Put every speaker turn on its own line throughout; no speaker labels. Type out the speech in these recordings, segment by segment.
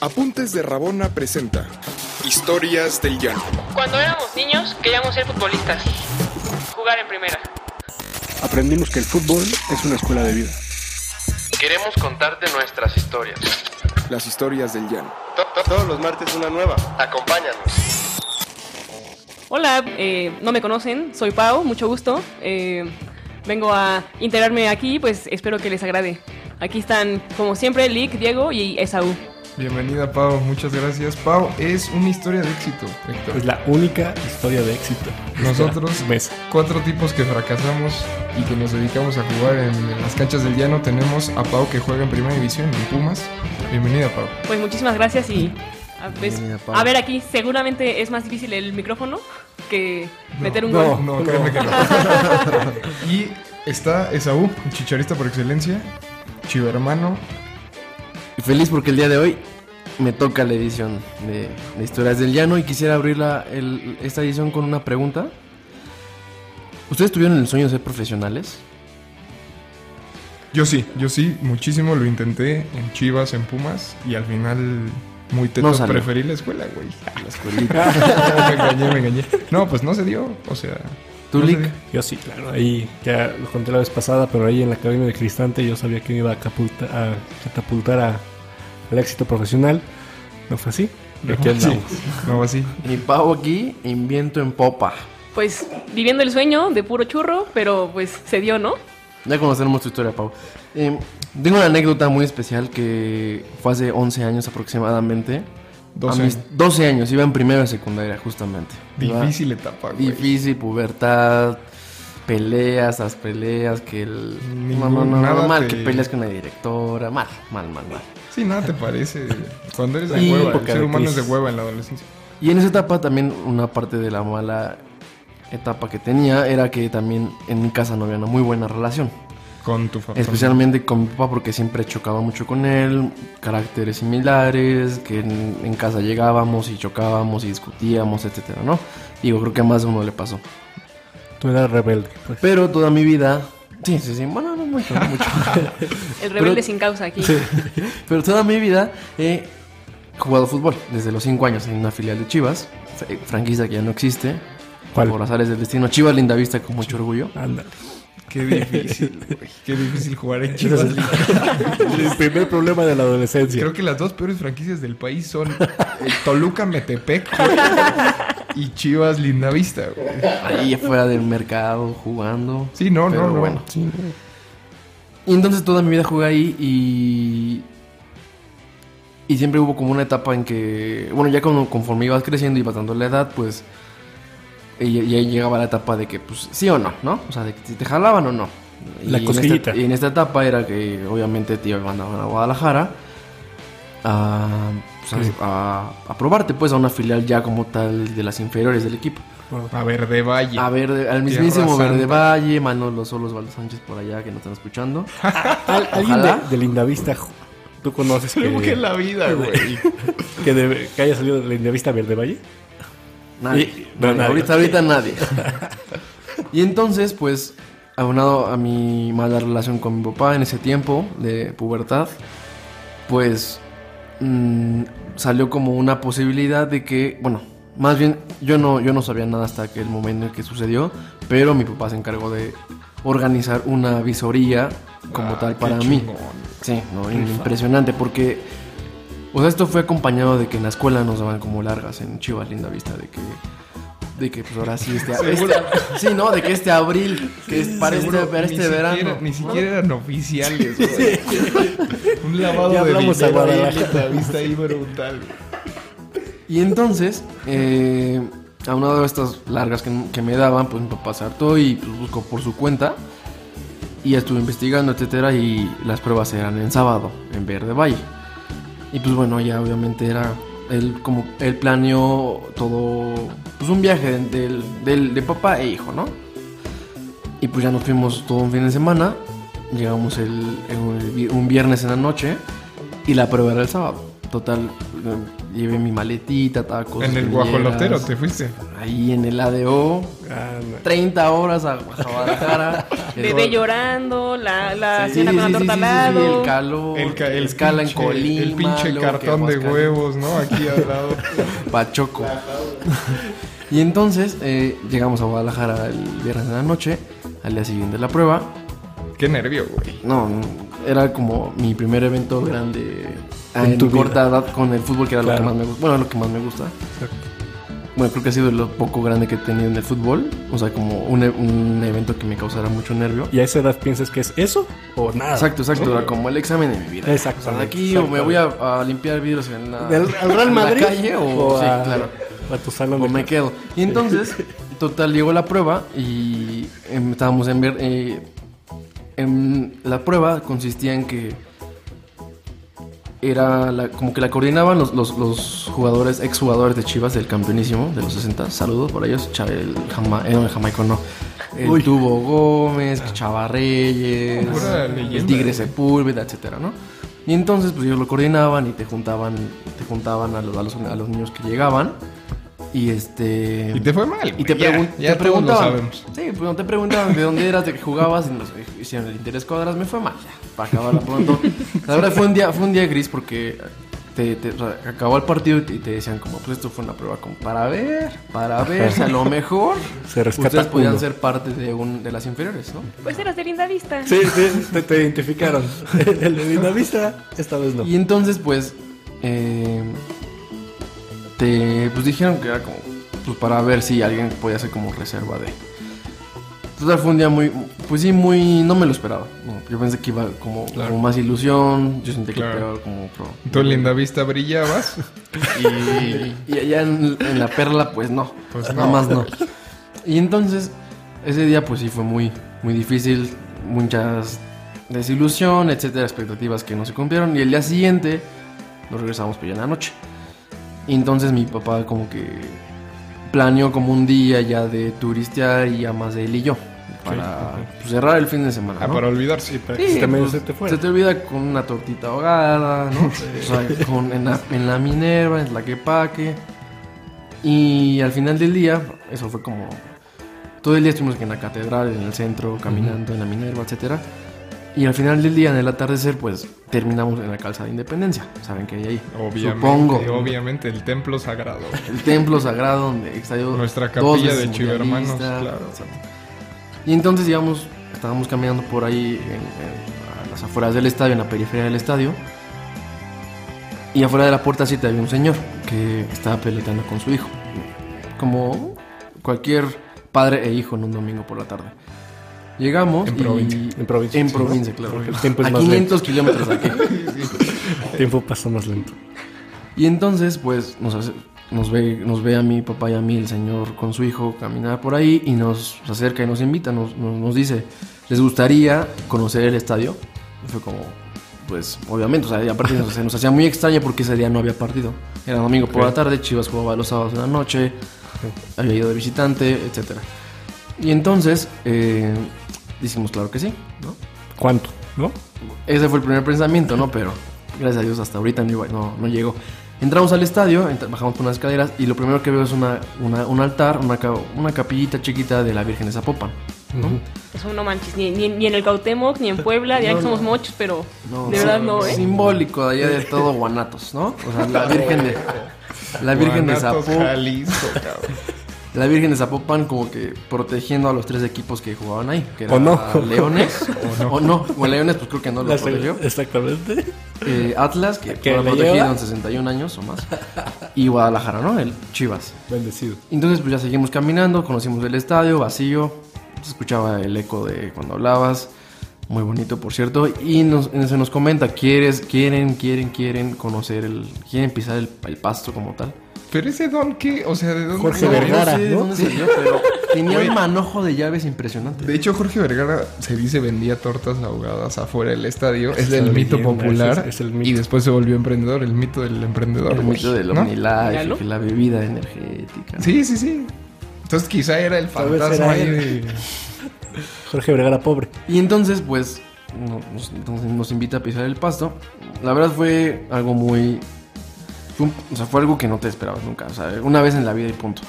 Apuntes de Rabona presenta Historias del Llano.
Cuando éramos niños queríamos ser futbolistas, jugar en primera.
Aprendimos que el fútbol es una escuela de vida.
Queremos contarte nuestras historias.
Las historias del Llano.
To- to- Todos los martes una nueva. Acompáñanos.
Hola, eh, no me conocen, soy Pau, mucho gusto. Eh, vengo a integrarme aquí, pues espero que les agrade. Aquí están, como siempre, Lick, Diego y Esaú.
Bienvenida Pau, muchas gracias. Pau es una historia de éxito, Héctor.
Es la única historia de éxito.
Nosotros,
Ves.
cuatro tipos que fracasamos y que nos dedicamos a jugar en, en las canchas del llano, tenemos a Pau que juega en primera división en Pumas. Bienvenida Pau.
Pues muchísimas gracias y a, pues,
Bienvenida, Pau.
a ver aquí, seguramente es más difícil el micrófono que meter un
No,
gol.
no, créeme que no. y está Esaú, un chicharista por excelencia, chivo hermano.
Y Feliz porque el día de hoy me toca la edición de, de Historias del Llano y quisiera abrir la- el- esta edición con una pregunta. ¿Ustedes tuvieron el sueño de ser profesionales?
Yo sí, yo sí, muchísimo lo intenté en Chivas, en Pumas y al final muy teto
No salió.
preferí la escuela, güey.
La escuelita.
me engañé, me engañé. No, pues no se dio, o sea...
¿Tú,
no se
Lick?
dio.
Yo sí, claro. Ahí ya lo conté la vez pasada, pero ahí en la cabina de Cristante yo sabía que me iba a, capulta- a catapultar a- al éxito profesional. No fue así. Y aquí
Sí.
andamos.
No, así.
Mi pavo aquí, en viento en popa.
Pues viviendo el sueño de puro churro, pero pues se dio, ¿no?
Ya conocemos tu historia, Pau. Eh, tengo una anécdota muy especial que fue hace 11 años aproximadamente.
Doce
A mis
años.
12 años, iba en primero de secundaria, justamente. Iba-
Difícil etapa, güey.
Difícil, pubertad, peleas, las peleas, que el...
Ningún-
no, no, no,
nada
mal,
te-
que peleas con la directora, mal, mal, mal, mal.
Sí, nada te parece. Cuando eres de
Y
hueva, el
época
ser
de
humano es
crisis.
de hueva en la adolescencia.
Y en esa etapa también una parte de la mala etapa que tenía era que también en mi casa no había una muy buena relación.
Con tu familia.
Especialmente con mi papá porque siempre chocaba mucho con él, caracteres similares, que en, en casa llegábamos y chocábamos y discutíamos, etcétera, ¿no? Digo, creo que a más de uno le pasó.
Tú eras rebelde. pues.
Pero toda mi vida... Sí, sí, sí, bueno, no mucho, no mucho.
El rebelde
Pero-
sin causa aquí.
Pero toda mi vida he jugado fútbol. Desde los 5 años en una filial de Chivas, fr- franquicia que ya no existe.
¿Cuál?
Por azares del destino. Chivas Lindavista con mucho orgullo.
Ándale.
Qué difícil, güey. Qué difícil jugar en
Ese es
Chivas.
el, el primer problema de la adolescencia.
Creo que las dos peores franquicias del país son eh, Toluca Metepec güey, y Chivas Lindavista, güey.
Ahí afuera del mercado, jugando.
Sí, no,
Pero
no, no.
bueno. Y entonces toda mi vida jugué ahí y... Y siempre hubo como una etapa en que... Bueno, ya cuando- conforme ibas creciendo y ibas dando la edad, pues... Y, y ahí llegaba la etapa de que, pues, sí o no, ¿no? O sea, de que si te jalaban o no. Y
La
en
cosquillita.
esta- y en esta etapa era que, obviamente, te iban a a Guadalajara a, pues, a- a probarte, pues, a una filial ya como tal de las inferiores del equipo.
A ver, de Valle.
A ver, al mismísimo Verde Valle, Manolo Solos, Valdo Sánchez por allá que no están escuchando.
Al- alguien
Ojalá.
de, de Lindavista, ju- tú conoces que,
Eh,
Creo que en la vida, güey.
Este
que de- que haya salido de Lindavista Verde Valle.
Nadie.
Y- no,
Nadie.
nadie.
Ahorita, ahorita nadie. y entonces, pues, aunado a mi mala relación con mi papá en ese tiempo de pubertad, pues mm, salió como una posibilidad de que, bueno, más bien yo no, yo no sabía nada hasta aquel momento en que sucedió, pero mi papá se encargó de organizar una visoría como
Ah,
tal
qué
para mí.
chingón.
Sí, no, impresionante porque o sea, esto fue acompañado de que en la escuela nos daban como largas en Chivas Linda Vista de que de que pues ahora sí este,
Seguro.
este- sí, no, de que este abril, que es para este,
Seguro
para
ni
este
siquiera-
verano.
Ni siquiera eran oficiales, güey. Un lavado
Ya
de
hablamos a
dinero ahí en
Guadalajara.
Lindavista ahí brutal, güey.
Y entonces, eh, aunado a estas largas que, que me daban, pues mi papá se hartó y pues, buscó por su cuenta. Y estuve investigando, etcétera, y las pruebas eran en sábado, en Verde Valle. Y pues bueno, ya obviamente era él como él planeó todo, pues un viaje del, del- de papá e hijo, ¿no? Y pues ya nos fuimos todo un fin de semana, llegamos el, el- un viernes en la noche y la prueba era el sábado. Total, eh, llevé mi maletita, estaba con
En el guajolotero te Ah, fuiste.
Ahí en el ADO, 30 horas a a Guadalajara. Este,
Bebé llorando, la, la
Sí,
Ah, cena
sí,
con la
sí,
torta
sí, sí,
al
sí,
lado.
el calor,
El, ca- el
escala
pinche-
en Colima.
El pinche
luego que
cartón de
Aguascalientes.
huevos, ¿no? Aquí al lado.
Pachoco. y entonces eh, llegamos a Guadalajara el viernes de la noche, al día siguiente de la prueba.
Qué nervio, güey.
No, era como mi primer evento grande
Ah,
En
en
tu
corta edad con el fútbol, que era
Claro.
lo que más me gusta. Bueno, lo que más me gusta. Bueno, creo que ha sido lo poco grande que he tenido en el fútbol. O sea, como un, e- un evento que me causara mucho nervio.
¿Y a esa edad piensas que es eso o nada?
Exacto, exacto. Era como el examen de mi vida.
Exacto.
O sea, de aquí o me voy a, a limpiar vidrios en la,
¿Del- ¿Al Real
en
Madrid?
la calle o, sí,
a,
claro.
o a tu salón
O
de
me
clases?
quedo. Y entonces, total, llegó la prueba y em, estábamos en ver. eh, em, la prueba consistía en que. Era la- como que la coordinaban los, los, los jugadores, exjugadores de Chivas del campeonísimo de los 60. Saludos por ellos. Cha- el Jama, eh, no, el Jamaico no. El Tubo Gómez, Chava Reyes,
Pura
el
leyenda.
Tigre Sepúlveda, etcétera, ¿no? Y entonces, pues ellos lo coordinaban y te juntaban, te juntaban a los, a los, a los niños que llegaban. Y este.
Y te fue mal.
Y
güey.
te,
Ya,
pregun-
ya
te
todos lo
preguntaban.
sabemos.
Sí, pues no te preguntaban de dónde eras, de qué jugabas, y nos hicieron el interés cuadras, me fue mal, ya, para acabarla pronto. La verdad fue un día, fue un día gris porque te, te- o sea, acabó el partido y te, y te decían como, pues esto fue una prueba como para ver, para ver, si a lo mejor
Se rescata
ustedes podían
uno.
ser parte de un, de las inferiores, ¿no?
Pues eras de linda vista.
Sí, sí, te, te identificaron. El de Dinavista, esta vez no.
Y entonces, pues, eh, te pues, dijeron que era como pues, para ver si alguien podía ser como reserva de. Entonces fue un día muy, pues sí, muy, no me lo esperaba. No, yo pensé que iba como,
Claro.
como más ilusión, yo sentí que
Claro.
pegaba como pro.
Tu linda vista brillabas.
Y, y allá en, en la perla, pues no, nada más no. Y entonces, ese día pues sí fue muy, muy difícil, muchas desilusión, etcétera, expectativas que no se cumplieron. Y el día siguiente nos regresamos pues ya en la noche. Y entonces mi papá como que planeó como un día ya de turistear y ya más de él y yo. Para pues, cerrar el fin de semana.
Ah,
¿no?
para olvidarse.
que se te medio se te fuera.
Se te olvida con una tortita ahogada, ¿no? O sea, con, en, la, en la Minerva, en la Quepaque. Y al final del día, eso fue como. Todo el día estuvimos en la catedral, en el centro, caminando en la Minerva, etcétera. Y al final del día, en el atardecer, pues terminamos en la calzada de Independencia. ¿Saben qué hay ahí?
Obviamente,
Supongo.
obviamente, el templo sagrado.
El templo sagrado donde estalló
Nuestra
dos
capilla
veces
de chivermanos,
mundialista,
claro.
etcétera. Y entonces, digamos, estábamos caminando por ahí, en- en- a las afueras del estadio, en la periferia del estadio. Y afuera de la puerta 7 había un señor que estaba peleando con su hijo. Como cualquier padre e hijo en un domingo por la tarde. Llegamos.
En
y-
provincia.
En provincia,
En
sí,
provincia,
¿no?
claro.
Porque el tiempo es
a
más
500 kilómetros de aquí.
El tiempo pasa más lento.
Y entonces, pues, nos, hace- nos, ve, nos ve a mi papá y a mí, el señor con su hijo, caminar por ahí y nos acerca y nos invita, nos, nos, nos dice, ¿les gustaría conocer el estadio? Y fue como, pues, obviamente, o sea, y aparte nos, se nos hacía muy extraña porque ese día no había partido. Era domingo por la tarde, Chivas jugaba los sábados de la noche, había ido de visitante, etcétera. Y entonces, eh, dijimos, claro que sí, ¿no?
¿Cuánto? ¿No?
Ese fue el primer pensamiento, ¿no? Pero gracias a Dios hasta ahorita no, iba- no, no llegó. Entramos al estadio, ent- bajamos por unas escaleras y lo primero que veo es una, una- un altar, una, ca- una capillita chiquita de la Virgen de Zapopan.
Eso no manches, ni, ni, ni en el Cautemoc, ni en Puebla, dirán que somos mochos, pero de verdad no, ¿eh?
Simbólico de allá de todo Guanatos, ¿no? O sea, la Virgen de, la Virgen de
Guanatos,
Zapopan.
Jalisco, cabrón.
La Virgen de Zapopan como que protegiendo a los tres equipos que jugaban ahí. Que
O
eran
no.
Leones. o no. O Bueno, Leones pues creo que no lo protegió.
Exactamente.
Eh, Atlas, que,
Que
lo
le
protegido
lleva.
en 61 años o más. Y Guadalajara, ¿no? El Chivas.
Bendecido.
Entonces, pues ya seguimos caminando, conocimos el estadio, vacío. Se escuchaba el eco de cuando hablabas. Muy bonito, por cierto. Y nos- eh, se nos comenta, ¿quieres, quieren, quieren, quieren conocer el... Quieren pisar el, el pasto como tal.
Pero ese don, ¿qué? O sea, ¿de dónde?
Jorge
No,
No,
Vergara,
sé de
¿no?
dónde salió, pero tenía un manojo de llaves impresionante.
De hecho, Jorge Vergara se dice vendía tortas ahogadas afuera del estadio. Es,
es
el
la
mito
leyenda,
popular.
ese es- es el mito.
Y después se volvió emprendedor. El mito del emprendedor.
El
güey,
mito del
¿no?
OmniLife,
Míralo.
que la bebida energética.
Sí, sí, sí. Entonces quizá era el
Tal vez
fantasma
era
ahí
él.
de-
Jorge Vergara, pobre.
Y entonces, pues, no- nos, nos- nos invita a pisar el pasto. La verdad fue algo muy Fue, un- o sea, fue algo que no te esperabas nunca. O sea, una vez en la vida y punto.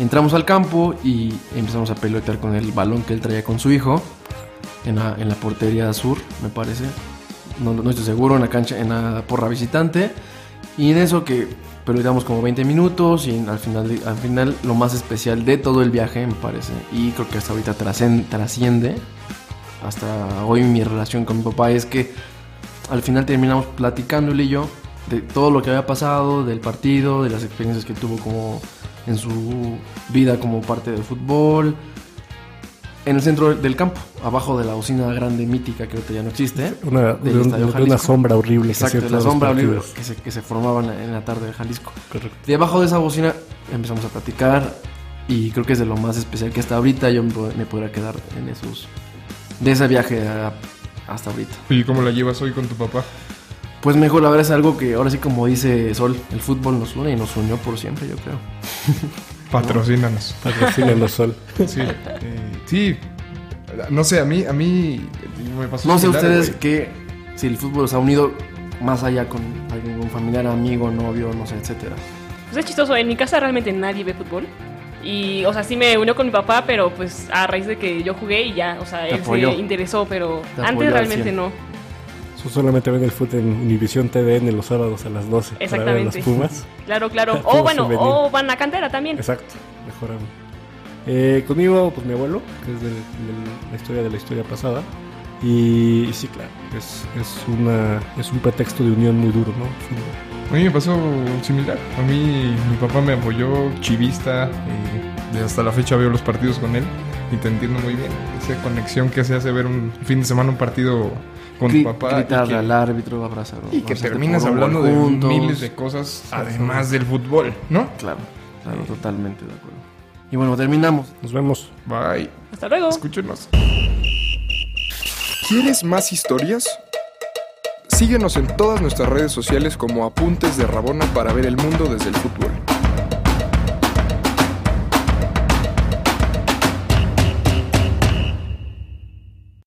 Entramos al campo y empezamos a pelotear con el balón que él traía con su hijo. En la, en la portería sur, me parece. No, no estoy seguro, en la cancha, en la porra visitante. Y en eso que peloteamos como 20 minutos y al final, al final lo más especial de todo el viaje, me parece. Y creo que hasta ahorita trascen- trasciende. Hasta hoy mi relación con mi papá es que al final terminamos platicando él y yo de todo lo que había pasado, del partido, de las experiencias que tuvo como en su vida como parte del fútbol, en el centro del campo, abajo de la usina grande mítica que ahorita ya no existe.
Una,
del
de, un-
Estadio
de una
Jalisco.
sombra horrible. que
Exacto,
hacía
de la
todos los
sombra horrible
partidos.
que se, que se formaba en la, en la tarde de Jalisco.
Correcto.
Debajo de esa bocina empezamos a platicar y creo que es de lo más especial que hasta ahorita yo me, pod- me podría quedar en esos... De ese viaje a- hasta ahorita.
¿Y cómo la llevas hoy con tu papá?
Pues mejor, la verdad es algo que ahora sí como dice Sol, el fútbol nos une y nos unió por siempre, yo creo.
Patrocínanos.
Patrocínanos, Sol.
Sí. eh, sí. No sé, a mí, a mí me pasó
No sé
similar,
ustedes
güey.
que si el fútbol os ha unido más allá con algún con familiar, amigo, novio, no sé, etcétera.
Pues es chistoso, en mi casa realmente nadie ve fútbol. Y, o sea, sí me unió con mi papá, pero pues a raíz de que yo jugué y ya, o sea, él
apoyó.
se interesó, pero
Te apoyó
antes
al
realmente
cien.
no.
Sol solamente ven el fútbol en Univisión TVN los sábados a las 12. Para ver a los
Exactamente.
Pumas.
Claro, claro.
Fútbol
O bueno,
femenil.
o van a cantera también.
Exacto, mejor aún. Eh, conmigo, pues mi abuelo, que es de, de la historia de la historia pasada. Y, y sí, claro, es, es, una, es un pretexto de unión muy duro, ¿no? Fútbol.
A mí me pasó similar. A mí mi papá me apoyó chivista. eh, de hasta la fecha veo los partidos con él y te entiendo muy bien. Esa conexión que se hace ver un fin de semana un partido con
Gri-
tu papá. y
Gritarle
que-
al árbitro, abrazarlo.
Y que
abrazarte
terminas
por un gol
hablando de
juntos.
miles de cosas además del fútbol, ¿no?
Claro, claro, totalmente de acuerdo. Y bueno, terminamos.
Nos vemos.
Bye.
Hasta luego.
Escúchenos.
¿Quieres más historias? Síguenos en todas nuestras redes sociales como Apuntes de Rabona para ver el mundo desde el fútbol.